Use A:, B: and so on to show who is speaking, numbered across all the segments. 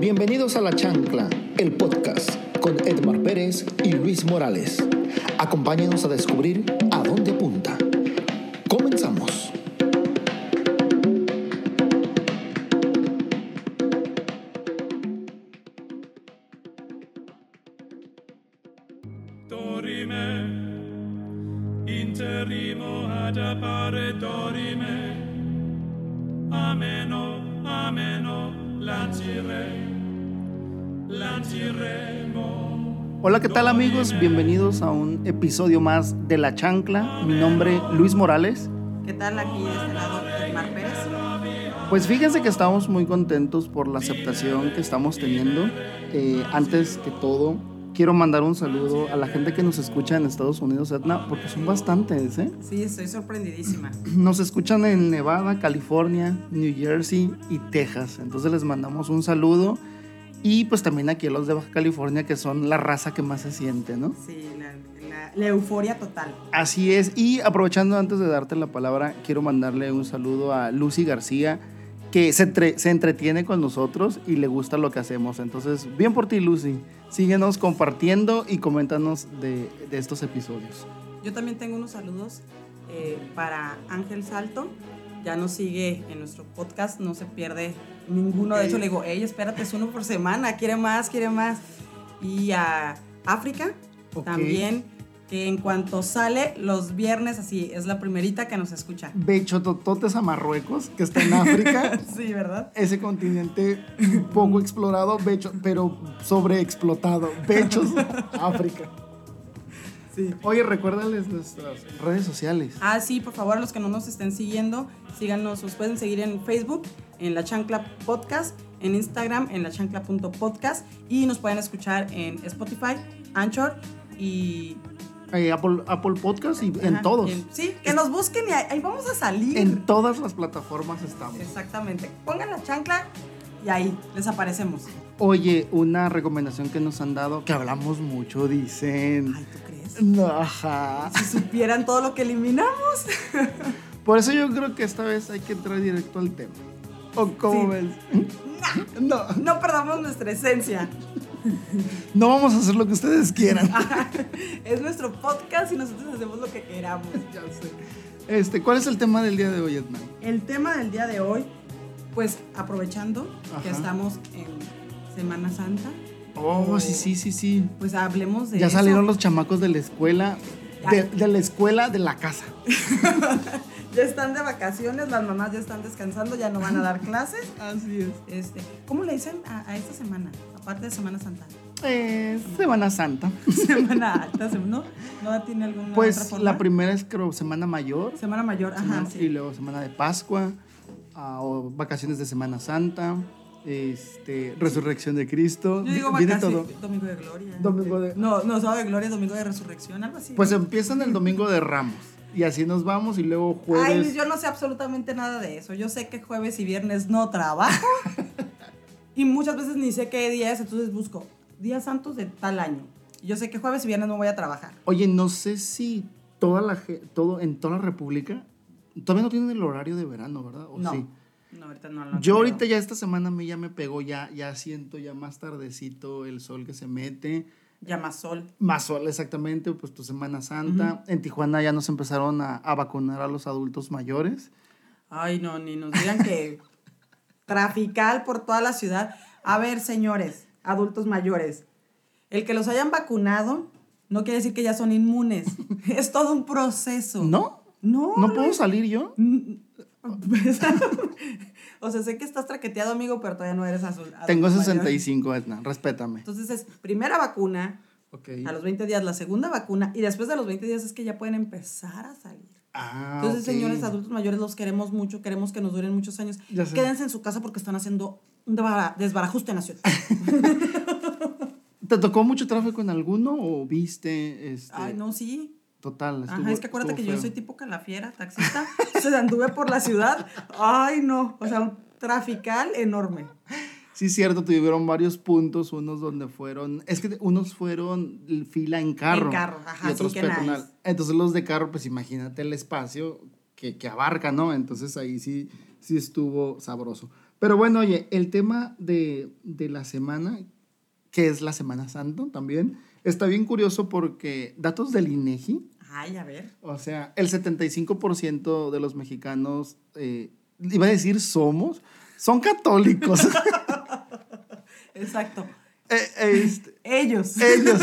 A: Bienvenidos a La Chancla, el podcast con Edmar Pérez y Luis Morales. Acompáñenos a descubrir a dónde apunta. Comenzamos.
B: Dorime, interrimo ad appare dorime, ameno, ameno, lancire, lanciremo.
C: Hola, ¿qué tal amigos? Bienvenidos a un episodio más de La Chancla. Mi nombre Luis Morales.
D: ¿Qué tal aquí de este lado Edmar Pérez?
C: Pues fíjense que estamos muy contentos por la aceptación que estamos teniendo. Eh, antes que todo, quiero mandar un saludo a la gente que nos escucha en Estados Unidos, Etna, porque son bastantes, ¿eh?
D: Sí, estoy sorprendidísima.
C: Nos escuchan en Nevada, California, New Jersey y Texas. Entonces les mandamos un saludo. Y pues también aquí a los de Baja California, que son la raza que más se siente, ¿no?
D: Sí, la, la- la euforia total.
C: Así es, y aprovechando antes de darte la palabra, quiero mandarle un saludo a Lucy García, que se, entre- se entretiene con nosotros y le gusta lo que hacemos. Entonces, bien por ti, Lucy. Síguenos compartiendo y coméntanos de, de estos episodios.
D: Yo también tengo unos saludos eh, para Ángel Salto. Ya nos sigue en nuestro podcast, no se pierde ninguno. De hecho, le digo, hey, espérate, es uno por semana, quiere más, quiere más. Y a África
C: Ok.
D: también, que en cuanto sale los viernes, así es la primerita que nos escucha.
C: Bechotototes a Marruecos, que está en África.
D: Sí, ¿verdad?
C: Ese continente poco explorado, becho, pero sobreexplotado. Bechos, África.
D: Sí.
C: Oye, recuérdales nuestras redes sociales.
D: Ah, sí, por favor, a los que no nos estén siguiendo, síganos, nos pueden seguir en Facebook, en La Chancla Podcast, en Instagram, en lachancla.podcast y nos pueden escuchar en Spotify, Anchor y...
C: Eh, Apple, Apple Podcast y en
D: ajá,
C: todos.
D: y
C: En,
D: en- sí, que nos busquen y ahí, ahí vamos a salir.
C: todas las plataformas estamos.
D: Exactamente. Pongan La Chancla y ahí les aparecemos.
C: Oye, una recomendación que nos han dado, que hablamos mucho, dicen.
D: Ay, ¿tú crees?
C: No, Ajá.
D: Si supieran todo lo que eliminamos.
C: Por eso yo creo que esta vez hay que entrar directo al tema. ¿O cómo
D: Sí.
C: ves? No,
D: No perdamos nuestra esencia.
C: no vamos a hacer lo que ustedes quieran.
D: Es nuestro podcast y nosotros hacemos lo que queramos.
C: Ya sé. Este, ¿cuál es el tema del día de hoy, Edna?
D: El tema del día de hoy, pues aprovechando que
C: Ajá.
D: estamos en Semana Santa,
C: Oh, sí, sí, sí, sí.
D: pues hablemos de
C: Ya
D: eso.
C: salieron los chamacos de la escuela, de,
D: Ay.
C: de la escuela de la casa.
D: Ya están de vacaciones, las mamás ya están descansando, ya no van a dar clases.
C: Así es.
D: Este, ¿cómo le dicen a, a esta semana? Aparte de Semana Santa.
C: Eh, Semana Santa.
D: Semana alta, sem- ¿no? ¿No tiene alguna otra
C: Pues
D: forma?
C: la primera es creo Semana Mayor
D: Semana mayor, ajá,
C: semana-
D: sí.
C: y luego Semana de Pascua ah, o vacaciones de Semana Santa, este, Resurrección de Cristo,
D: Yo digo
C: vi- viene
D: vacaciones,
C: todo.
D: Domingo de Gloria.
C: Domingo de-
D: No, no, Sábado de Gloria, Domingo de Resurrección, algo así.
C: Pues
D: ¿no?
C: empiezan el domingo de Ramos y así nos vamos y luego
D: Ay,
C: jueves.
D: Luis, yo no sé absolutamente nada de eso. Yo sé que jueves y viernes no trabajo. y muchas veces ni sé qué día es, entonces busco días santos de tal año. Y Yo sé que jueves y viernes no voy a trabajar.
C: Oye, no sé si toda la ge- todo en toda la República todavía no tienen el horario de verano, ¿verdad? ¿O
D: no.
C: Oh, sí?
D: No, ahorita no lo
C: Yo ahorita ya esta semana a mí ya me pegó, ya, ya siento ya más tardecito el sol que se mete.
D: Llama sol.
C: Más sol, exactamente, pues tu Semana Santa. En Tijuana ya nos empezaron a, a vacunar a los adultos mayores.
D: Ay, no, ni nos digan que trafical por toda la ciudad. A ver, señores, adultos mayores, el que los hayan vacunado no quiere decir que ya son inmunes. es todo un proceso.
C: ¿No?
D: No.
C: ¿No puedo salir yo?
D: o sea, sé que estás traqueteado, amigo, pero todavía no eres azul.
C: Tengo
D: adulto
C: 65, Edna, respétame.
D: mayor. Entonces es primera vacuna,
C: Ok.
D: a los 20 días la segunda vacuna, y después de los 20 días es que ya pueden empezar a salir.
C: Ah,
D: Entonces,
C: ok.
D: señores adultos mayores, los queremos mucho, queremos que nos duren muchos años.
C: Ya sé.
D: Quédense en su casa porque están haciendo un debara- desbarajuste en la ciudad.
C: ¿Te tocó mucho tráfico en alguno o viste? Este,
D: Ay, no, sí.
C: Total. estuvo-
D: Ajá, es que acuérdate que
C: estuvo
D: yo
C: feo.
D: soy tipo calafiera, taxista. Entonces anduve por la ciudad. Ay, no. O sea, un trafical enorme.
C: Sí, cierto, tuvieron varios puntos, unos donde fueron, es que unos fueron fila en carro.
D: En carro, ajá,
C: y
D: sí,
C: otros
D: qué
C: peatonal.
D: nice.
C: Entonces los de carro, pues imagínate el espacio que, que abarca, ¿no? Entonces ahí sí, sí estuvo sabroso. Pero bueno, oye, el tema de, de la semana, que es la Semana Santa también, está bien curioso porque datos del INEGI,
D: Ay, a ver.
C: o sea, el 75% de los mexicanos, eh, iba a decir somos, son católicos.
D: Exacto.
C: Eh, este,
D: Ellos.
C: Ellos.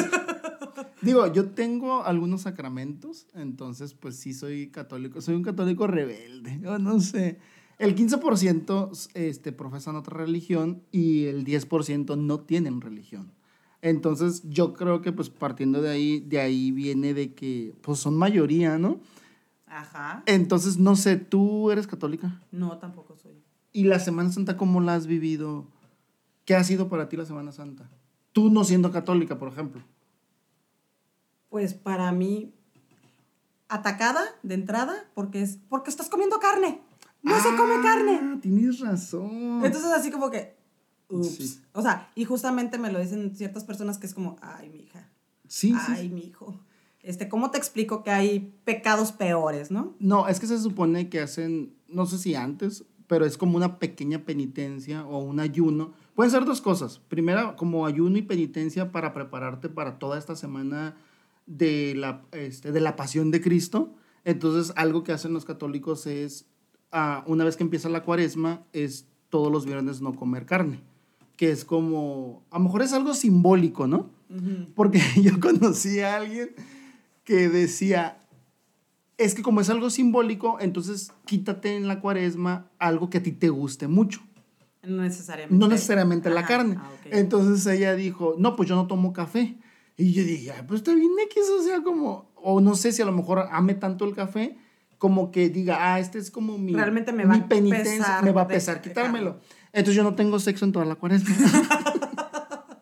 C: Digo, yo tengo algunos sacramentos, entonces pues sí soy católico, soy un católico rebelde, yo no sé. El 15% este, profesan otra religión y el 10% no tienen religión. Entonces yo creo que pues partiendo de ahí, de ahí viene de que pues son mayoría, ¿no?
D: Ajá.
C: Entonces no sé, tú eres católica
D: No, tampoco soy.
C: y la Semana Santa, ¿cómo la has vivido? ¿Qué ha sido para ti la Semana Santa? Tú no siendo católica, por ejemplo.
D: Pues para mí, atacada de entrada porque es porque estás comiendo carne. No se come
C: Ah,
D: carne.
C: Tienes razón.
D: Entonces así como que, ups.
C: Sí.
D: O sea, y justamente me lo dicen ciertas personas que es como, ay, mi hija,
C: sí, sí,
D: ay,
C: sí.
D: mi hijo. Este, ¿cómo te explico que hay pecados peores, no?
C: No, es que se supone que hacen, no sé si antes, pero es como una pequeña penitencia o un ayuno. Pueden ser dos cosas. Primera, como ayuno y penitencia para prepararte para toda esta semana de la, este, de la pasión de Cristo. Entonces, algo que hacen los católicos es, ah, una vez que empieza la cuaresma, es todos los viernes no comer carne. Que es como, a lo mejor es algo simbólico, ¿no? Porque yo conocí a alguien que decía, es que como es algo simbólico, entonces quítate en la cuaresma algo que a ti te guste mucho,
D: No necesariamente.
C: no necesariamente la
D: Ajá,
C: carne.
D: ah, ok.
C: Entonces ella dijo, no, pues yo no tomo café. Y yo dije, "Ay, pues está bien X, o sea, como, o no sé si a lo mejor ame tanto el café como que diga, ah, este es como mi,
D: Realmente me va
C: mi
D: a
C: penitencia,
D: pesar
C: me va a
D: de-
C: pesar
D: de-
C: quitármelo. Entonces yo no tengo sexo en toda la cuaresma.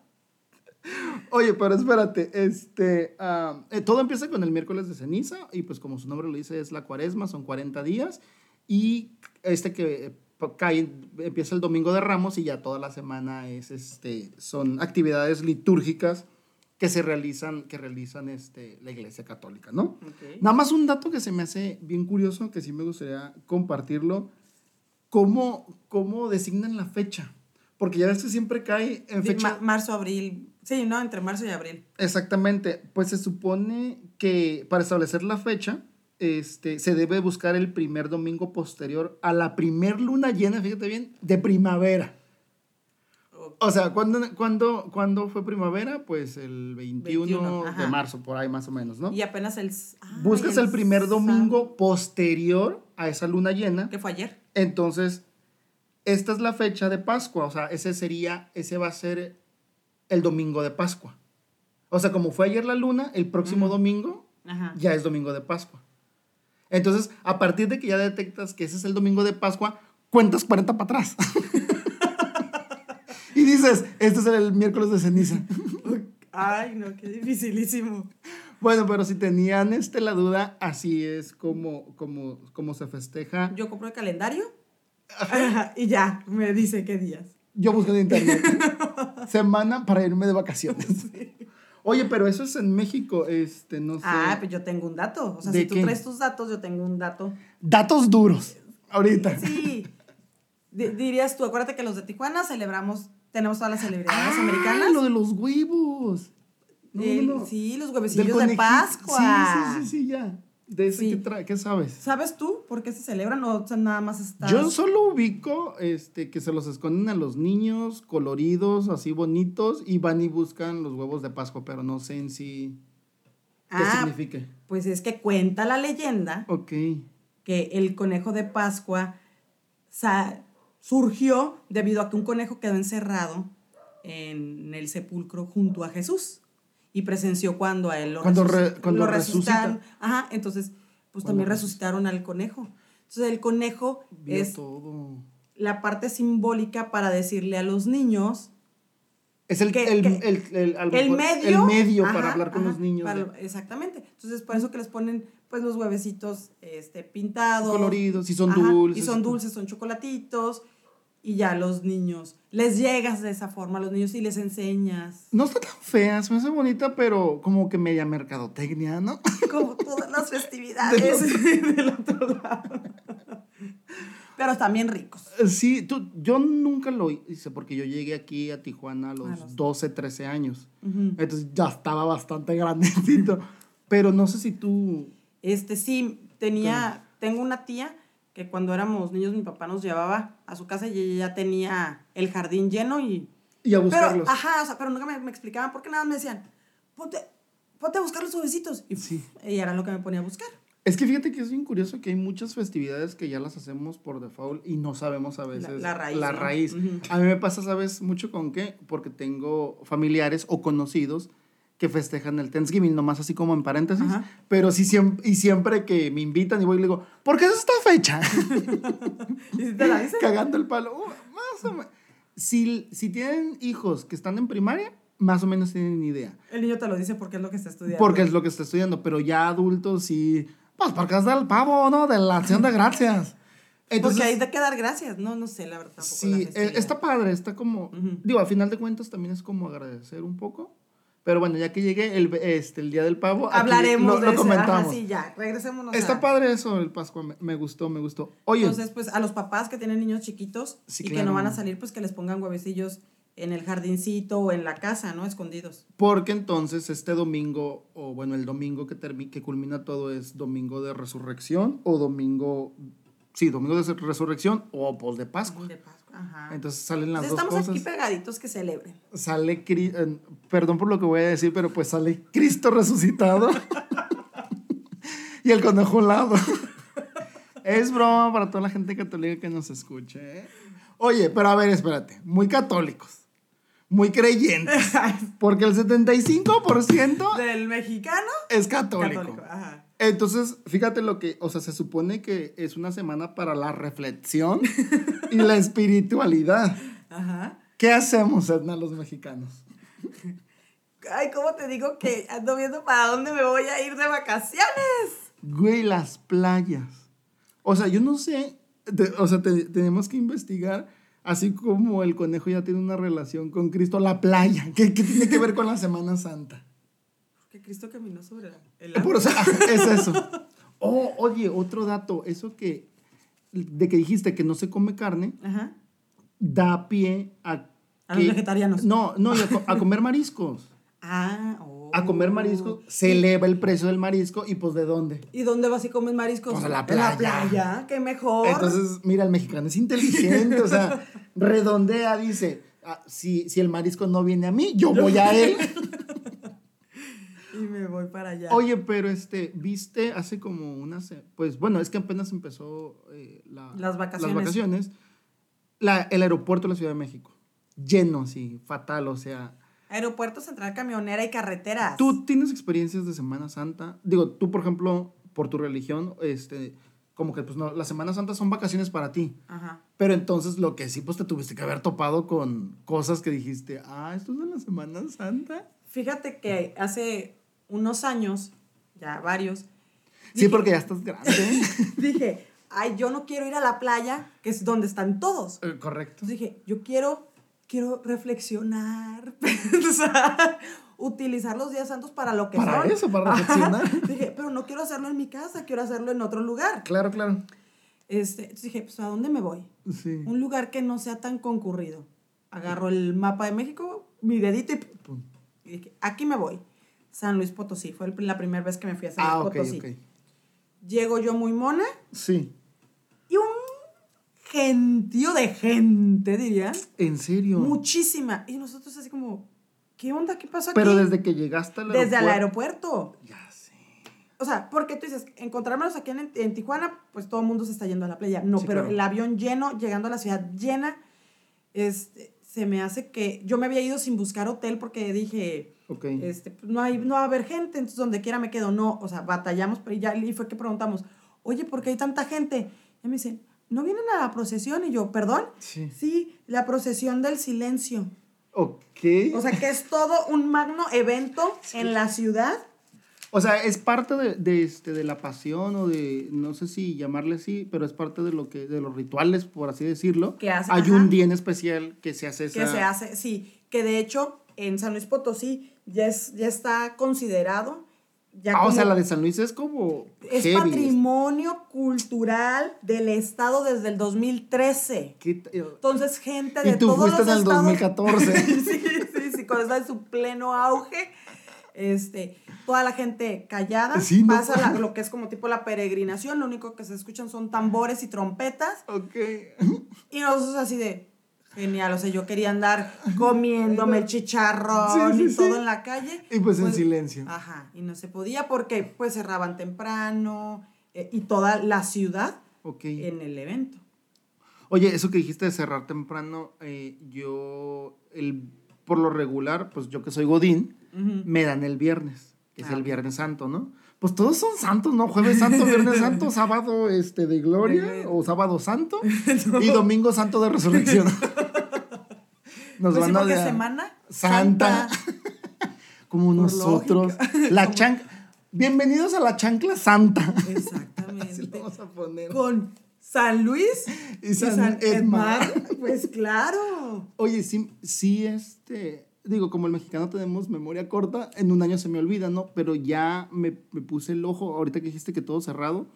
C: Oye, pero espérate, este, ah, eh, todo empieza con el miércoles de ceniza y pues como su nombre lo dice es la cuaresma, son 40 días y este que eh, pa- cae, empieza el domingo de Ramos y ya toda la semana es, este, son actividades litúrgicas que se realizan, que realizan este, la iglesia católica, ¿no?
D: Ok.
C: Nada más un dato que se me hace bien curioso, que sí me gustaría compartirlo, ¿cómo, cómo designan la fecha? Porque ya ves que siempre cae en
D: Sí,
C: fecha...
D: ma- marzo, abril. Sí, no, entre marzo y abril.
C: Exactamente, pues se supone que para establecer la fecha, este, se debe buscar el primer domingo posterior a la primer luna llena, fíjate bien, de primavera.
D: Ok.
C: O sea, ¿cuándo, cuándo, cuándo fue primavera? Pues el 21,
D: 21,
C: de
D: ajá.
C: marzo, por ahí más o menos, ¿no?
D: Y apenas el. s- ay,
C: Buscas el primer
D: sábado,
C: domingo posterior a esa luna llena.
D: Que fue ayer.
C: Entonces, esta es la fecha de Pascua, o sea, ese sería, ese va a ser el domingo de Pascua. O sea, como fue ayer la luna, el próximo domingo
D: Ajá.
C: ya es domingo de Pascua. Entonces, a partir de que ya detectas que ese es el domingo de Pascua, cuentas 40 para atrás. y dices, este es el miércoles de ceniza.
D: Ay, no, qué dificilísimo.
C: bueno, pero si tenían este, la duda, así es como, como, como se festeja.
D: Yo compro el calendario ajá, y ya me dice qué días.
C: Yo busqué en internet. Semana para irme de vacaciones. Oye, pero eso es en México, este, no sé.
D: Ah, pues yo tengo un dato. O sea,
C: ¿De
D: si tú
C: qué?
D: traes tus datos, yo tengo un dato.
C: Datos duros. Ahorita.
D: Sí. Di- dirías tú, acuérdate que los de Tijuana celebramos, tenemos todas las celebridades
C: Ah,
D: americanas.
C: Lo de los huevos. No,
D: Eh,
C: no, no.
D: Sí, los
C: Del
D: huevecillos de
C: conejito.
D: Pascua.
C: Sí, sí, sí, sí, ya. De ese
D: Sí.
C: que trae, ¿qué sabes?
D: ¿Sabes tú por qué se celebran o sea, nada más está?
C: Yo solo ubico este, que se los esconden a los niños, coloridos, así bonitos, y van y buscan los huevos de Pascua, pero no sé en sí qué
D: Ah,
C: significa.
D: pues es que cuenta la leyenda
C: Ok.
D: que el conejo de Pascua sa- surgió debido a que un conejo quedó encerrado en el sepulcro junto a Jesús y presenció cuando a él lo,
C: Cuando
D: resuc-
C: re- cuando
D: lo resucitaron.
C: resucita.
D: Ajá, entonces, pues
C: Cuando
D: también
C: resuc-
D: resucitaron al conejo. Entonces, el conejo
C: Vio
D: es
C: todo.
D: la parte simbólica para decirle a los niños
C: Es el,
D: que-
C: el,
D: que-
C: el, el- a lo
D: el
C: mejor,
D: medio.
C: el medio para
D: ajá,
C: hablar con
D: ajá,
C: los niños.
D: para-
C: de-
D: exactamente. Entonces, por eso que les ponen pues los huevecitos este, pintados.
C: Coloridos, si son
D: ajá,
C: dulces.
D: Y son dulces, son chocolatitos. Y ya los niños, les llegas de esa forma a los niños y les enseñas.
C: No está tan fea, se me hace bonita, pero como que media mercadotecnia, ¿no?
D: Como todas las festividades del otro lado. Pero están bien ricos.
C: Sí, tú, yo nunca lo hice porque yo llegué aquí a Tijuana a los,
D: A los-
C: 12, 13 años.
D: Ujú.
C: Entonces ya estaba bastante grandecito. Pero no sé si tú...
D: Este, sí, tenía, tengo una tía que cuando éramos niños mi papá nos llevaba a su casa y ella ya tenía el jardín lleno y...
C: Y a
D: Pero,
C: buscarlos.
D: ajá, o sea, pero nunca me, me explicaban por qué nada más me decían, ponte, ponte a buscar los ovecitos. Y,
C: Sí.
D: y era lo que me ponía a buscar.
C: Es que fíjate que es bien curioso que hay muchas festividades que ya las hacemos por default y no sabemos a veces
D: la raíz, ¿no?
C: raíz.
D: Ujú.
C: A mí me pasa, ¿sabes? Mucho con qué, porque tengo familiares o conocidos que festejan el Thanksgiving, nomás así como en paréntesis,
D: Ajá.
C: pero sí siempre, y siempre que me invitan y voy y le digo, ¿por qué es esta fecha?
D: ¿Y si te la dicen?
C: Cagando el palo. Uh, más o menos. Si, si tienen hijos que están en primaria, más o menos tienen idea.
D: El niño te lo dice porque es lo que está estudiando.
C: Porque es lo que está estudiando, pero ya adultos sí. Pues porque es del pavo, ¿no? De la acción de gracias. Entonces,
D: porque hay de que dar gracias. No, no sé, la verdad. Tampoco la
C: sí, eh,
D: festividad.
C: está padre, está como.
D: Ujú.
C: Digo, a final de cuentas también es como agradecer un poco. Pero bueno, ya que llegue el, este, el día del pavo, aquí
D: Hablaremos
C: lo,
D: de
C: lo
D: eso.
C: comentamos.
D: Ajá, sí, ya, regresémonos.
C: Está
D: a-
C: padre eso, el Pascua, me, me gustó, me gustó. Oye,
D: Entonces, pues a los papás que tienen niños chiquitos
C: Sí,
D: y que
C: claro.
D: no van a salir, pues que les pongan huevecillos en el jardincito o en la casa, ¿no? Escondidos.
C: porque entonces este domingo, o bueno, el domingo que, termi- que culmina todo es domingo de resurrección o domingo. Sí, domingo de resurrección o pues de Pascua.
D: De Pascua. Ajá.
C: Entonces salen las
D: Entonces,
C: dos
D: estamos
C: cosas.
D: aquí pegaditos que celebren.
C: Sale, Cri- eh, perdón por lo que voy a decir, pero pues sale Cristo resucitado y el conejo lado. es broma para toda la gente católica que nos escuche. ¿eh? Oye, pero a ver, espérate, muy católicos, muy creyentes, porque el 75%
D: Del mexicano
C: es católico.
D: Ajá.
C: Entonces, fíjate lo que, o sea, se supone que es una semana para la reflexión y la espiritualidad.
D: Ajá.
C: ¿Qué hacemos, Edna, los mexicanos?
D: Ay, ¿cómo te digo que ando viendo para dónde me voy a ir de vacaciones?
C: Güey, las playas. O sea, yo no sé, te- o sea, te- tenemos que investigar, así como el conejo ya tiene una relación con Cristo, la playa. ¿Qué, qué tiene que ver con la Semana Santa?
D: Que Cristo caminó sobre la- el
C: Por- o sea, es eso. Oh, oye, otro dato, eso que, de que dijiste que no se come carne,
D: Ajá.
C: da pie a...
D: A los vegetarianos.
C: No, no, y a co- a comer mariscos.
D: Ah, oh.
C: A comer mariscos, se eleva el precio del marisco y pues de dónde.
D: ¿Y dónde vas y comes mariscos?
C: Pues a la
D: En
C: playa.
D: playa, qué mejor.
C: Entonces, mira, el mexicano es inteligente, o sea, redondea, dice, "Ah, si, si el marisco no viene a mí, yo voy a él.
D: y me voy para allá.
C: Oye, pero este, viste hace como una, se- pues bueno, es que apenas empezó eh, la-
D: Las vacaciones.
C: vacaciones, la- el aeropuerto de la Ciudad de México, lleno, sí, fatal, o sea,
D: Aeropuerto Central Camionera y Carreteras.
C: ¿Tú tienes experiencias de Semana Santa? Digo, tú, por ejemplo, por tu religión, este, como que, pues no, las Semanas Santas son vacaciones para ti.
D: Ajá.
C: Pero entonces lo que sí, pues te tuviste que haber topado con cosas que dijiste, ah, esto es de la Semana Santa.
D: Fíjate que hace unos años, ya varios,
C: Sí, porque ya estás grande.
D: dije, ay, yo no quiero ir a la playa, que es donde están todos.
C: Eh, Correcto.
D: Entonces dije, yo quiero, quiero reflexionar, pensar, utilizar los días santos para lo que
C: Para
D: son.
C: eso, para
D: Ajá.
C: reflexionar.
D: Dije, pero no quiero hacerlo en mi casa, quiero hacerlo en otro lugar.
C: Claro, claro.
D: Este, entonces dije, pues, ¿a dónde me voy?
C: Sí.
D: Un lugar que no sea tan concurrido. Agarro el mapa de México, mi dedito y
C: Pum.
D: y dije, aquí me voy. San Luis Potosí. Fue el- la primera vez que me fui a San Luis
C: Ah, ok,
D: Potosí.
C: ok.
D: Llego yo muy mona
C: Sí.
D: y un gentío de gente, dirían.
C: En serio.
D: Muchísima. Y nosotros así como, ¿qué onda? ¿Qué pasó aquí?
C: Pero desde que llegaste al aeropuerto.
D: Desde el aeropuerto.
C: Ya sé.
D: O sea, porque tú dices, encontrármelos aquí en, en Tijuana, pues todo el mundo se está yendo a la playa. No,
C: Sí,
D: pero
C: claro.
D: el avión lleno, llegando a la ciudad llena, este, se me hace que yo me había ido sin buscar hotel porque dije,
C: Ok.
D: este, pues, no, hay, no va a haber gente, entonces donde quiera me quedo. No, o sea, batallamos, pero ya y fue que preguntamos, oye, ¿por qué hay tanta gente? Y me dicen, ¿no vienen a la procesión? Y yo, ¿perdón?
C: Sí.
D: Sí, la procesión del silencio.
C: Ok.
D: O sea, que es todo un magno evento en la ciudad.
C: O sea, es parte de, de, este, de la pasión o de, no sé si llamarle así, pero es parte de lo que de los rituales, por así decirlo.
D: Que hacen,
C: Hay
D: ajá.
C: un día en especial que se hace esa...
D: que se hace, sí, que de hecho en San Luis Potosí ya, es, ya está considerado ya
C: Ah, o
D: como-
C: sea, la de San Luis es como
D: es
C: heavy.
D: patrimonio cultural del estado desde el 2013.
C: ¿Qué t- eh,
D: Entonces, gente de
C: Y tú
D: todos
C: fuiste en
D: los
C: el
D: estados-
C: 2014.
D: sí, sí, sí, cuando está en su pleno auge. Este, toda la gente callada,
C: Sí, no.
D: pasa la- lo que es como tipo la peregrinación, lo único que se escuchan son tambores y trompetas.
C: Ok.
D: Y nosotros así de, genial, o sea, yo quería andar comiéndome el chicharrón
C: Sí, sí,
D: y
C: sí.
D: todo en la calle.
C: Y pues en silencio.
D: Ajá, y no se podía porque pues cerraban temprano eh, y toda la ciudad
C: Ok.
D: en el evento.
C: Oye, eso que dijiste de cerrar temprano, eh, yo, el, por lo regular, pues yo que soy Godín,
D: Ujú.
C: me dan el viernes, que es
D: Ah,
C: el
D: ok.
C: Viernes Santo, ¿no? Pues todos son santos, ¿no? Jueves Santo, Viernes Santo, sábado este, de gloria
D: De gloria.
C: o sábado santo y domingo santo de resurrección. Nos
D: Pues sí,
C: van a
D: porque
C: dar-
D: semana
C: Santa. como
D: Por
C: nosotros. La chan... Bienvenidos a la chancla santa. Así lo
D: Exactamente.
C: vamos a poner.
D: Con San Luis
C: Y San Edmar.
D: Pues claro.
C: Oye, sí, sí, este, digo, como el mexicano tenemos memoria corta, en un año se me olvida, ¿no? Pero ya me, me puse el ojo, ahorita que dijiste que todo cerrado,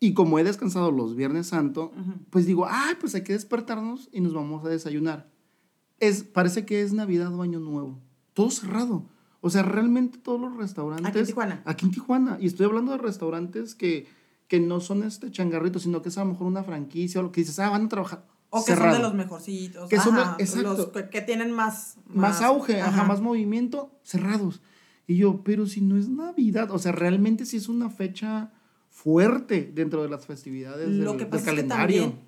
C: y como he descansado los Viernes Santo, pues digo, ay, pues hay que despertarnos y nos vamos a desayunar. Es, parece que es Navidad o Año Nuevo, todo cerrado. O sea, realmente todos los restaurantes...
D: Tijuana.
C: Aquí en Tijuana, y estoy hablando de restaurantes que, que no son este changarrito, sino que es a lo mejor una franquicia o lo que dices, ah, van a trabajar.
D: O que
C: cerrado
D: son de los mejorcitos.
C: Que son de-
D: ajá,
C: exacto.
D: Los que, que tienen más.
C: más auge, ajá,
D: ajá.
C: más movimiento, cerrados. Y yo, pero si no es Navidad, o sea, realmente sí es una fecha fuerte dentro de las festividades del,
D: Lo que
C: del
D: pasa es que
C: calendario.
D: también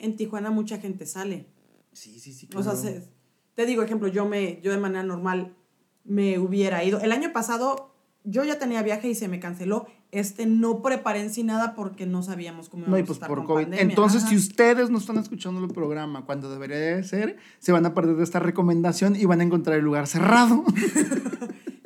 D: en Tijuana mucha gente sale.
C: sí, sí, sí.
D: O sea, se- te digo, ejemplo, yo me yo de manera normal me hubiera ido. El año pasado yo ya tenía viaje y se me canceló. Este no preparé en sí nada porque no sabíamos cómo íbamos
C: no, y
D: a
C: pues
D: estar
C: por
D: con
C: COVID.
D: pandemia,
C: Entonces,
D: ajá.
C: si ustedes no están escuchando el programa cuando debería de ser, se van a perder de esta recomendación y van a encontrar el lugar cerrado.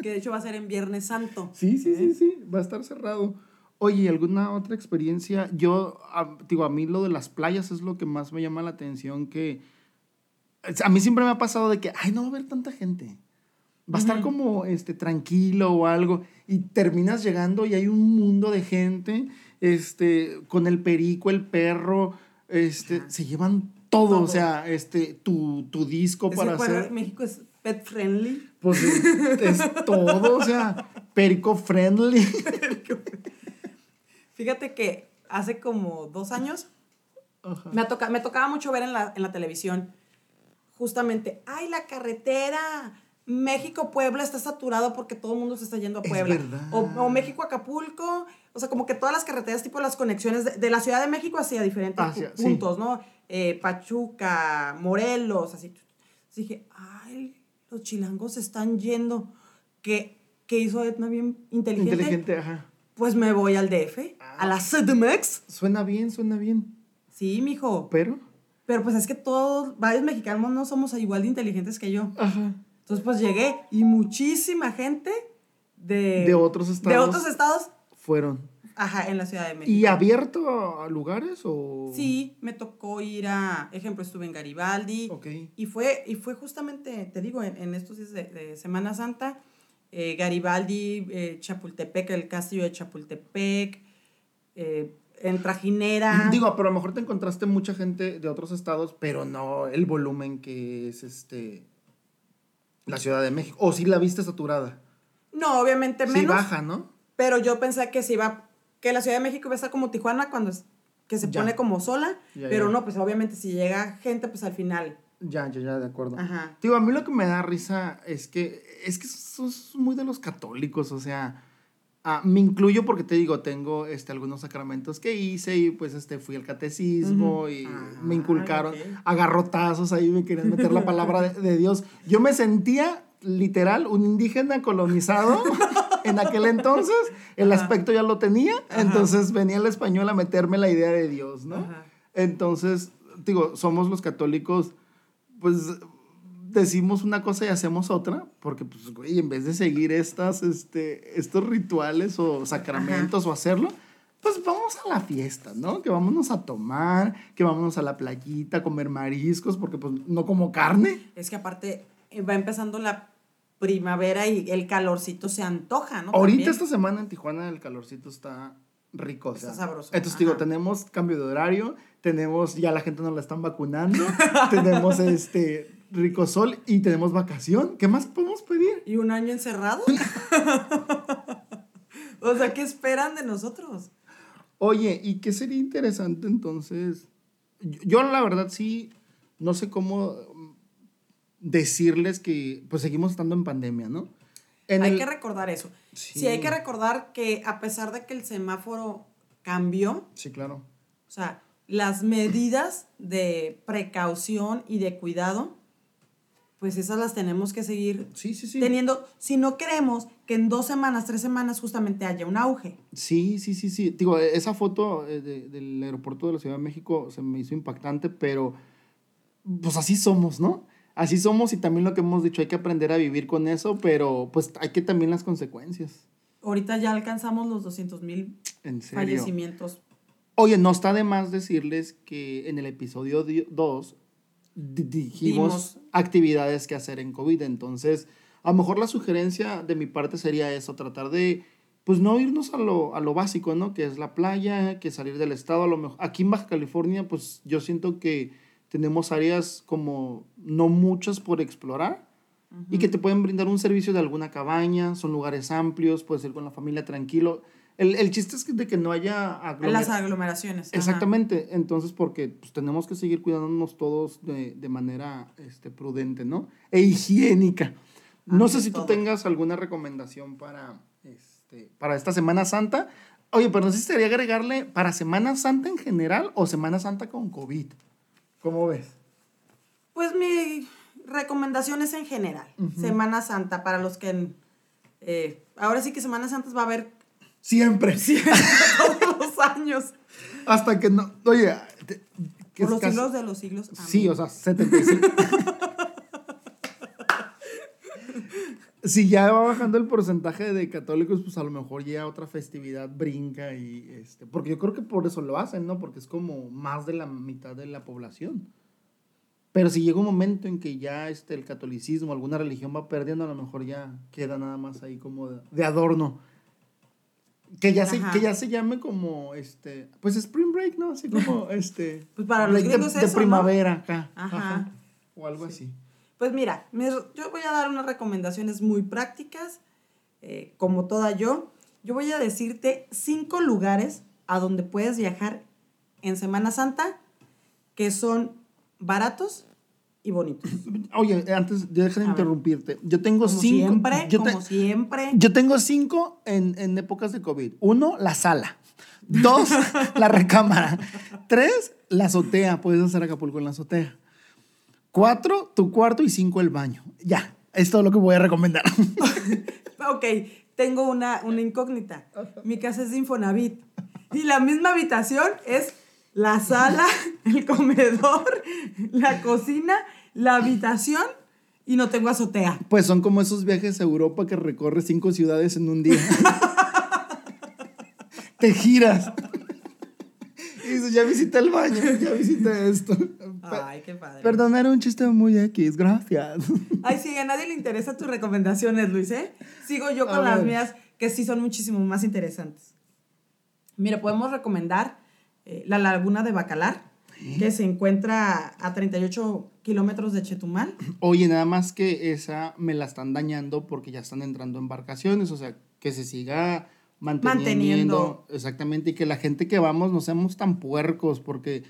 D: que de hecho va a ser en Viernes Santo.
C: Sí, sí, sí, sí, va a estar cerrado. Oye, ¿y ¿alguna otra experiencia? Yo, a- digo, a mí lo de las playas es lo que más me llama la atención, que es- a mí siempre me ha pasado de que, ay, no va a haber tanta gente. Va a estar como este, tranquilo o algo, y terminas llegando y hay un mundo de gente, este, con el perico, el perro, este, se llevan todo, o
D: Todo.
C: sea, este, tu, tu disco
D: Es que
C: para
D: recuerda,
C: hacer...
D: México es pet friendly.
C: Pues es, es todo, o sea, perico friendly.
D: Fíjate que hace como dos años
C: Ajá.
D: me, toca- me tocaba mucho ver en la, en la televisión justamente, ay, la carretera, México-Puebla está saturado porque todo el mundo se está yendo a
C: Es
D: Puebla.
C: verdad.
D: O, o México-Acapulco, o sea, como que todas las carreteras, tipo las conexiones de, de la Ciudad de México hacia diferentes pu-
C: Hacia- sí.
D: puntos, ¿no? Eh, Pachuca, Morelos, así. Entonces dije, ay, los chilangos se están yendo. ¿Qué, qué hizo Edna bien inteligente?
C: Inteligente, ajá.
D: Pues me voy al DF, a
C: Ah.
D: la CDMX.
C: Suena bien, suena bien.
D: Sí, mijo.
C: Pero.
D: Pero pues es que todos, varios mexicanos no somos igual de inteligentes que yo.
C: Ajá.
D: Entonces pues llegué y muchísima gente de...
C: De otros estados.
D: De otros estados,
C: Fueron.
D: ajá, en la Ciudad de México.
C: ¿Y abierto a lugares o.?
D: Sí, me tocó ir a, ejemplo, estuve en Garibaldi.
C: Ok.
D: Y fue, y fue justamente, te digo, en, en estos días de, de Semana Santa, eh, Garibaldi, eh, Chapultepec, el castillo de Chapultepec, eh, en Trajinera.
C: Digo, pero a lo mejor te encontraste mucha gente de otros estados, pero no el volumen que es este. La Ciudad de México. O si la viste saturada.
D: no, obviamente menos.
C: Sí, baja, ¿no?
D: Pero yo pensé que se iba, que la Ciudad de México iba a estar como Tijuana cuando es- que se
C: Ya.
D: pone como sola,
C: Ya,
D: pero
C: ya.
D: no, pues obviamente si llega gente, pues al final.
C: Ya, ya, ya, de acuerdo.
D: Ajá.
C: Digo, a mí lo que me da risa es que es que sos muy de los católicos, o sea, ah, me incluyo porque te digo, tengo este, algunos sacramentos que hice y pues este, fui al catecismo
D: Ujú.
C: y
D: Ah,
C: me inculcaron
D: ok.
C: agarrotazos ahí, me querían meter la palabra de, de Dios. Yo me sentía literal un indígena colonizado en aquel entonces, el aspecto ya lo tenía, entonces venía el español a meterme la idea de Dios, ¿no?
D: Ajá.
C: Entonces, digo, somos los católicos, pues decimos una cosa y hacemos otra, porque pues, güey, en vez de seguir estas, este, estos rituales o sacramentos o hacerlo, pues vamos a la fiesta, ¿no? Que vámonos a tomar, que vámonos a la playita, a comer mariscos, porque pues no como carne.
D: Es que aparte eh, va empezando la primavera y el calorcito se antoja, ¿no?
C: Ahorita
D: También.
C: esta semana en Tijuana el calorcito está rico. o sea.
D: Está sabroso.
C: Entonces digo,
D: Ajá.
C: tenemos cambio de horario, tenemos, ya la gente nos la están vacunando, tenemos este rico sol y tenemos vacación. ¿Qué más podemos pedir?
D: ¿Y un año encerrado? o sea, ¿qué esperan de nosotros?
C: Oye, ¿y qué sería interesante entonces? Yo, yo, la verdad sí, no sé cómo mm, decirles que pues seguimos estando en pandemia, ¿no? En
D: hay
C: el-
D: que recordar eso. Sí.
C: Sí.
D: hay que recordar que a pesar de que el semáforo cambió,
C: sí, claro.
D: O sea, las medidas de precaución y de cuidado, pues esas las tenemos que seguir
C: Sí, sí, sí.
D: teniendo si no queremos que en dos semanas, tres semanas justamente haya un auge.
C: Sí, sí, sí, sí. Digo, e- esa foto eh, de- del aeropuerto de la Ciudad de México se me hizo impactante, pero pues así somos, ¿no? Así somos y también lo que hemos dicho, hay que aprender a vivir con eso, pero pues hay que también las consecuencias.
D: Ahorita ya alcanzamos los 200 mil
C: En serio.
D: fallecimientos.
C: Oye, no está de más decirles que en el episodio 2 dijimos
D: Dimos.
C: actividades que hacer en COVID. Entonces, a lo mejor la sugerencia de mi parte sería eso, tratar de, pues no irnos a lo, a lo básico, ¿no? Que es la playa, que salir del estado. A lo mejor, aquí en Baja California, pues yo siento que tenemos áreas como no muchas por explorar y que te pueden brindar un servicio de alguna cabaña, son lugares amplios, puedes ir con la familia tranquilo. El, el chiste es que- de que no haya aglomer-
D: Las aglomeraciones. ajá.
C: Exactamente, entonces porque pues, tenemos que seguir cuidándonos todos de, de manera este, prudente, ¿no? E higiénica. No sé
D: Ante
C: si tú
D: todo.
C: tengas alguna recomendación para, este, para esta Semana Santa. Oye, pero no sé si sería agregarle para Semana Santa en general o Semana Santa con COVID. ¿Cómo ves?
D: Pues mi recomendación es en general. Semana Santa, para los que... eh, ahora sí que Semana Santa va a haber
C: Siempre.
D: todos los años.
C: Hasta que no. Oye, te- que
D: Por
C: es
D: los
C: casi-
D: siglos de los siglos. amén.
C: Sí, o sea, 75. si ya va bajando el porcentaje de católicos, pues a lo mejor ya otra festividad brinca y este. Porque yo creo que por eso lo hacen, ¿no? Porque es como más de la mitad de la población. Pero si llega un momento en que ya este, el catolicismo, alguna religión va perdiendo, a lo mejor ya queda nada más ahí como de, de adorno. Que ya, se,
D: Ajá.
C: que ya se llame como, este, pues Spring Break, ¿no? Así como, este...
D: Pues para los
C: break de,
D: gringos
C: de
D: eso, ¿no?
C: primavera acá.
D: Ajá.
C: O algo así.
D: Pues mira, mis- yo voy a dar unas recomendaciones muy prácticas, eh, como toda yo. Yo voy a decirte cinco lugares a donde puedes viajar en Semana Santa que son baratos y bonitos.
C: Oye, eh, antes, deja de
D: A ver.
C: interrumpirte. Yo tengo
D: Como
C: cinco...
D: siempre,
C: yo te-
D: como siempre.
C: Yo tengo cinco en, en épocas de COVID. Uno, la sala. Dos, la recámara. Tres, la azotea. Puedes hacer Acapulco en la azotea. Cuatro, tu cuarto. Y cinco, el baño. Ya, es todo lo que voy a recomendar.
D: Ok, tengo una, una incógnita. Mi casa es de Infonavit. Y la misma habitación es la sala, el comedor, la cocina, la habitación y no tengo azotea.
C: Pues son como esos viajes a Europa que recorres cinco ciudades en un día. Te giras. Y dices, ya visita el baño, ya visita esto.
D: Ay, qué padre.
C: Perdón, era un chiste muy X, gracias.
D: Ay, sí, a nadie le interesan tus recomendaciones, Luis, ¿eh? Sigo yo
C: A
D: con las
C: ver.
D: mías, que sí son muchísimo más interesantes. Mira, podemos recomendar eh, la laguna de Bacalar,
C: ¿Eh?
D: que se encuentra a 38 kilómetros de Chetumal.
C: Oye, nada más que esa me la están dañando porque ya están entrando embarcaciones, o sea, que se siga manteniendo.
D: Manteniendo.
C: Exactamente, y que la gente que vamos no seamos tan puercos, porque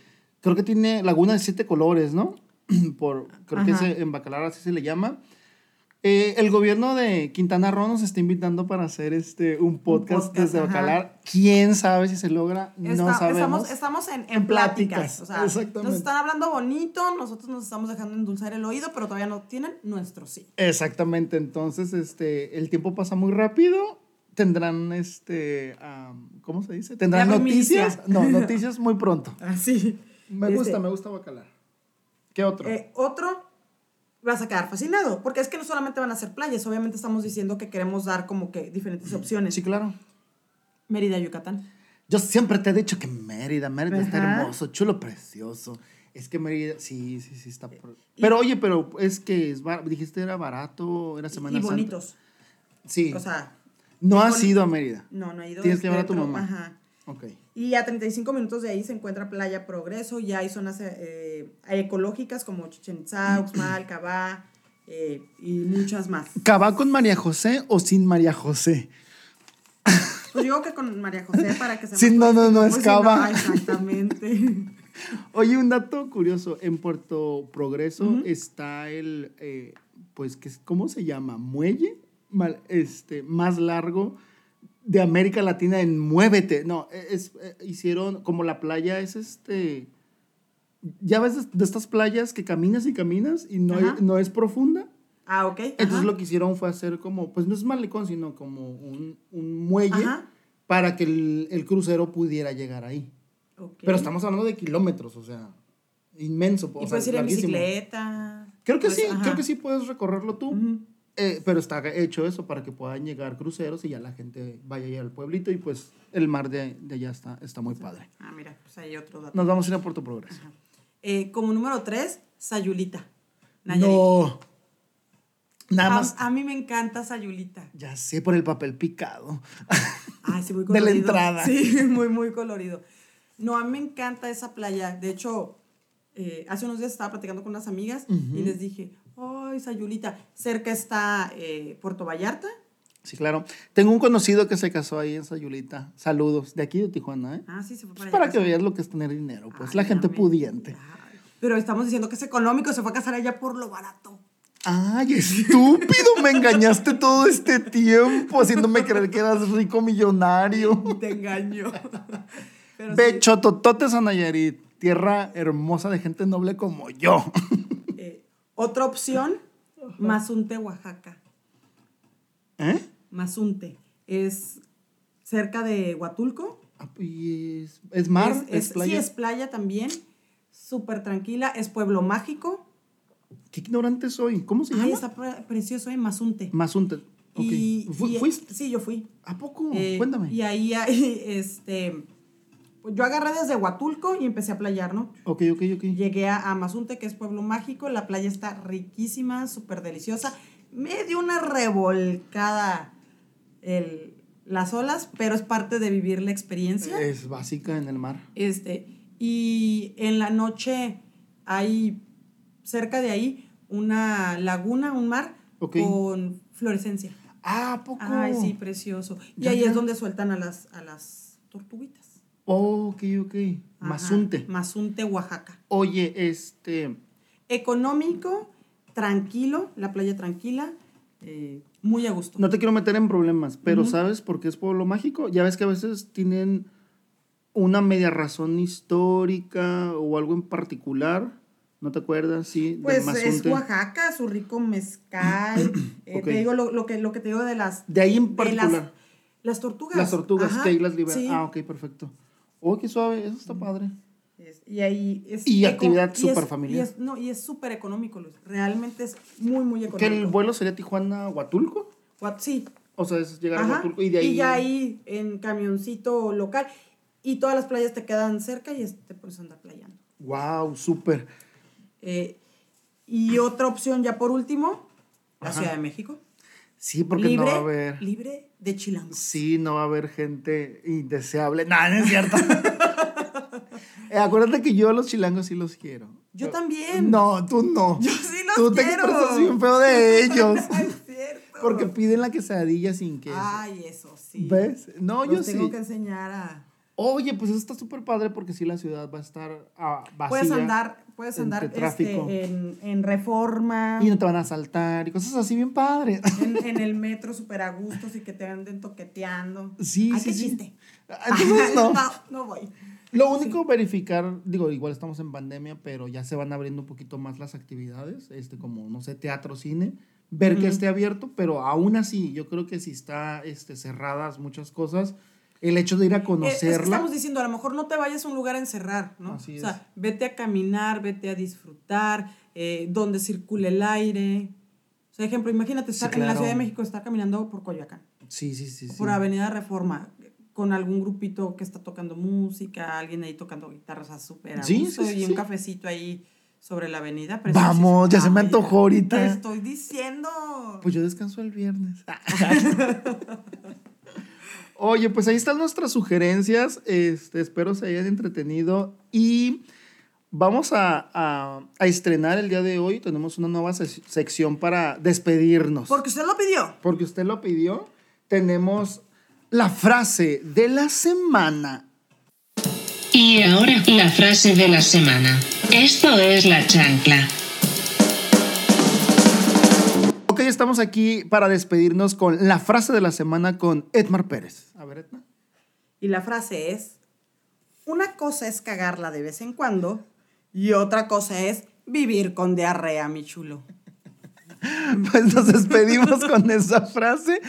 C: creo que tiene laguna de siete colores, ¿no? Por, creo que
D: Ajá.
C: ese- en Bacalar así se le llama. Eh, el gobierno de Quintana Roo nos está invitando para hacer este, un podcast,
D: podcast,
C: desde
D: ajá.
C: Bacalar. ¿Quién sabe si se logra? no
D: Está-
C: sabemos.
D: Estamos, estamos en, en pláticas.
C: Pláticas,
D: O sea,
C: exactamente.
D: nos están hablando bonito, nosotros nos estamos dejando endulzar el oído, pero todavía no tienen nuestro sí.
C: Exactamente, entonces este, el tiempo pasa muy rápido, tendrán este, am, ¿cómo se dice? Tendrán
D: La primicia.
C: noticias, no, noticias muy pronto.
D: Así.
C: Me
D: Este,
C: gusta, me gusta Bacalar. ¿Qué otro?
D: Eh, otro, vas a quedar fascinado, porque es que no solamente van a ser playas, obviamente estamos diciendo que queremos dar como que diferentes opciones.
C: sí, claro.
D: Mérida, Yucatán.
C: Yo siempre te he dicho que Mérida, Mérida está
D: Ajá.
C: hermoso, chulo, precioso. Es que Mérida, sí, sí, sí está. por- Pero oye, pero es que es bar- dijiste era barato, era Semana
D: y
C: Santa.
D: bonitos.
C: Sí.
D: O sea,
C: no
D: y
C: has
D: boni-
C: ido a Mérida.
D: no, no he ido.
C: Tienes
D: es
C: que llevar a tu
D: dentro,
C: mamá.
D: Ajá.
C: Ok.
D: Y a 35 minutos de ahí se encuentra Playa Progreso, ya hay zonas eh, ecológicas como Chichen Itzá, Uxmal, Cabá eh, y muchas más.
C: ¿Cabá con María José o sin María José?
D: Pues yo digo que con María José para que se
C: Sí, no, no, no, es
D: Pues sí, no,
C: Cabá.
D: ah, exactamente.
C: Oye, un dato curioso. En Puerto Progreso está el, eh, pues, ¿qué es- ¿cómo se llama? Muelle mal- este, más largo de América Latina en Muévete. No, es, eh, hicieron, como la playa es este... Ya ves de- de estas playas que caminas y caminas y no,
D: Ajá.
C: no es profunda.
D: Ah, ok.
C: Entonces
D: ajá.
C: lo que hicieron fue hacer como, pues no es malecón, sino como un, un muelle
D: Ajá.
C: para que el, el crucero pudiera llegar ahí.
D: Ok.
C: Pero estamos hablando de kilómetros, o sea, inmenso. o
D: Y
C: sea,
D: puedes ir en
C: larguísimo.
D: bicicleta.
C: Creo que
D: pues,
C: sí,
D: ajá.
C: creo que sí puedes recorrerlo tú.
D: Ujú.
C: eh, pero está hecho eso para que puedan llegar cruceros y ya la gente vaya a ir al pueblito y pues el mar de, de allá está, está muy padre.
D: Ah, mira, pues hay otro dato.
C: Nos vamos a ir a Puerto Progreso.
D: Eh, como número 3, Sayulita. Nayarit.
C: No. Nada
D: A-
C: más.
D: A, mí me encanta Sayulita.
C: Ya sé, por el papel picado.
D: Ay, sí, muy
C: De la
D: colorido.
C: entrada.
D: Sí, muy, muy colorido. No, a mí me encanta esa playa. De hecho, eh, hace unos días estaba platicando con unas amigas y les dije, ay, Sayulita, cerca está eh, Puerto Vallarta.
C: Sí, claro. Tengo un conocido que se casó ahí en Sayulita. Saludos. De aquí de Tijuana, ¿eh?
D: Ah, sí, se fue para
C: Pues
D: allá.
C: para que veas lo que es tener dinero, pues
D: Ay,
C: la gente
D: amén.
C: pudiente.
D: Ay, Pero estamos diciendo que es económico, se fue a casar allá por lo barato.
C: Ay, estúpido, me engañaste todo este tiempo haciéndome creer que eras rico millonario.
D: Te engañó. Pero sí,
C: Ve, chotototes a Nayarit, tierra hermosa de gente noble como yo.
D: eh, otra opción, Mazunte, Oaxaca.
C: ¿Eh?
D: Mazunte. Es cerca de Huatulco.
C: Ah, y es, es mar, es,
D: es, es- Sí,
C: playa.
D: es playa también. Súper tranquila. Es pueblo mágico.
C: Qué ignorante soy. ¿Cómo se
D: Ay,
C: llama?
D: está pre- precioso, ¿eh? Mazunte.
C: Mazunte. Ok.
D: Y-
C: Fu-
D: y-
C: ¿Fuiste?
D: Sí, yo fui.
C: ¿A poco?
D: Eh,
C: Cuéntame.
D: Y ahí, ahí, este, pues yo agarré desde Huatulco y empecé a playar, ¿no?
C: Ok, ok, ok.
D: Llegué a Amazunte, que es pueblo mágico, la playa está riquísima, súper deliciosa. Me dio una revolcada el- las olas, pero es parte de vivir la experiencia.
C: Es básica en el mar.
D: Este, y en la noche hay cerca de ahí una laguna, un mar
C: Ok.
D: con fluorescencia.
C: Ah, ¿a poco?
D: Ay, sí, precioso. Y
C: Ya,
D: ahí
C: ya.
D: es donde sueltan a las, a las tortuguitas.
C: Ok, ok.
D: Ajá,
C: Mazunte.
D: Mazunte, Oaxaca.
C: Oye, este.
D: Económico, tranquilo, la playa tranquila, eh, muy a gusto.
C: No te quiero meter en problemas, pero ¿sabes por qué es pueblo mágico? Ya ves que a veces tienen una media razón histórica o algo en particular. ¿No te acuerdas? Sí, de
D: pues es
C: Mazunte.
D: Oaxaca, su rico mezcal. eh,
C: Ok.
D: Te digo lo, lo que, lo que te digo de las...
C: De ahí en
D: de las,
C: particular.
D: las tortugas.
C: Las tortugas
D: Ajá,
C: que ahí las liberan.
D: sí.
C: Ah, ok, perfecto. Oh, qué suave, eso está padre.
D: Es- Y ahí es.
C: Y
D: eco-
C: actividad
D: y es-
C: superfamiliar.
D: y es- no, y es súper económico, Luis. Realmente es muy, muy
C: ¿Que el
D: económico.
C: vuelo sería Tijuana-Huatulco?
D: What- sí.
C: O sea, es llegar a
D: ajá.
C: Huatulco y de ahí.
D: ya ahí en camioncito local. Y todas las playas te quedan cerca y es- te puedes andar playando.
C: ¡Wow! ¡Súper!
D: Eh, y otra opción, ya por último, la
C: Ajá.
D: Ciudad de México.
C: Sí, porque
D: libre,
C: no va a haber.
D: libre de chilangos.
C: Sí, no va a haber gente indeseable. Nada, no es cierto. Eh, acuérdate que yo a los chilangos sí los quiero.
D: Yo
C: Eh,
D: también.
C: No, tú no.
D: Yo sí los
C: Tú te
D: quiero.
C: expresas bien feo de ellos.
D: es cierto.
C: porque piden la quesadilla sin queso.
D: Ay, eso sí.
C: ¿Ves? No,
D: Los
C: yo
D: tengo
C: sí.
D: que enseñar a.
C: Oye, pues eso está súper padre porque sí la ciudad va a estar ah, vacía.
D: Puedes andar, puedes
C: entre
D: andar este,
C: tráfico.
D: en, en reforma,
C: Y no te van a saltar y cosas así bien padres.
D: en, en el metro súper a gusto, y que te anden toqueteando.
C: Sí,
D: Ay,
C: sí,
D: qué
C: sí.
D: chiste.
C: Entonces, no.
D: no, no voy.
C: Lo único verificar, digo, igual estamos en pandemia, pero ya se van abriendo un poquito más las actividades, este como no sé, teatro, cine, ver que esté abierto, pero aún así, yo creo que si está este cerradas muchas cosas, el hecho de ir a
D: Eh, es que
C: conocerla
D: estamos diciendo, a lo mejor no te vayas a un lugar a encerrar, ¿no?
C: Así
D: O
C: es.
D: sea, vete a caminar, vete a disfrutar, eh, donde circule el aire. O sea, ejemplo, imagínate estar
C: Sí, claro.
D: en la Ciudad de México, estar caminando por Coyoacán,
C: Sí, sí, sí, sí.
D: por Avenida Reforma, con algún grupito que está tocando música, alguien ahí tocando guitarras a súper a
C: Sí,
D: gusto,
C: sí, sí,
D: y
C: sí.
D: un cafecito ahí sobre la avenida.
C: Vamos, ya se me
D: preciosísimo.
C: antojó ahorita.
D: Te estoy diciendo.
C: Pues yo descanso el viernes. Oye, pues ahí están nuestras sugerencias. Este, espero se hayan entretenido. Y vamos a, a- a estrenar el día de hoy. Tenemos una nueva ses- sección para despedirnos.
D: Porque usted lo pidió.
C: Porque usted lo pidió. Tenemos la frase de la semana.
E: Y ahora la frase de la semana. Esto es la chancla.
C: Ok, estamos aquí para despedirnos con la frase de la semana con Edmar Pérez. A ver, Edmar.
D: Y la frase es, una cosa es cagarla de vez en cuando y otra cosa es vivir con diarrea, mi chulo.
C: Pues nos despedimos con esa frase.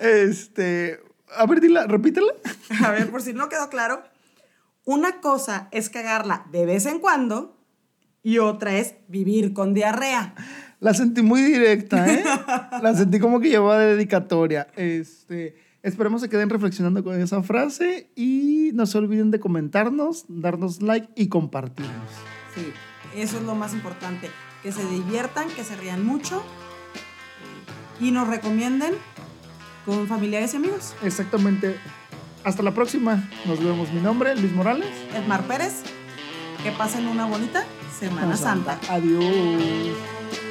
C: Este, a ver, dila, repítela.
D: A ver, por si no quedó claro, una cosa es cagarla de vez en cuando y otra es vivir con diarrea.
C: La sentí muy directa, ¿eh? La sentí como que llevaba de dedicatoria. Este, esperemos se queden reflexionando con esa frase y no se olviden de comentarnos, darnos like y compartirnos.
D: Sí, eso es lo más importante, que se diviertan, que se rían mucho y nos recomienden con familiares y amigos.
C: Exactamente. Hasta la próxima. Nos vemos. Mi nombre, Luis Morales.
D: Edmar Pérez, que pasen una bonita Semana Santa.
C: Adiós.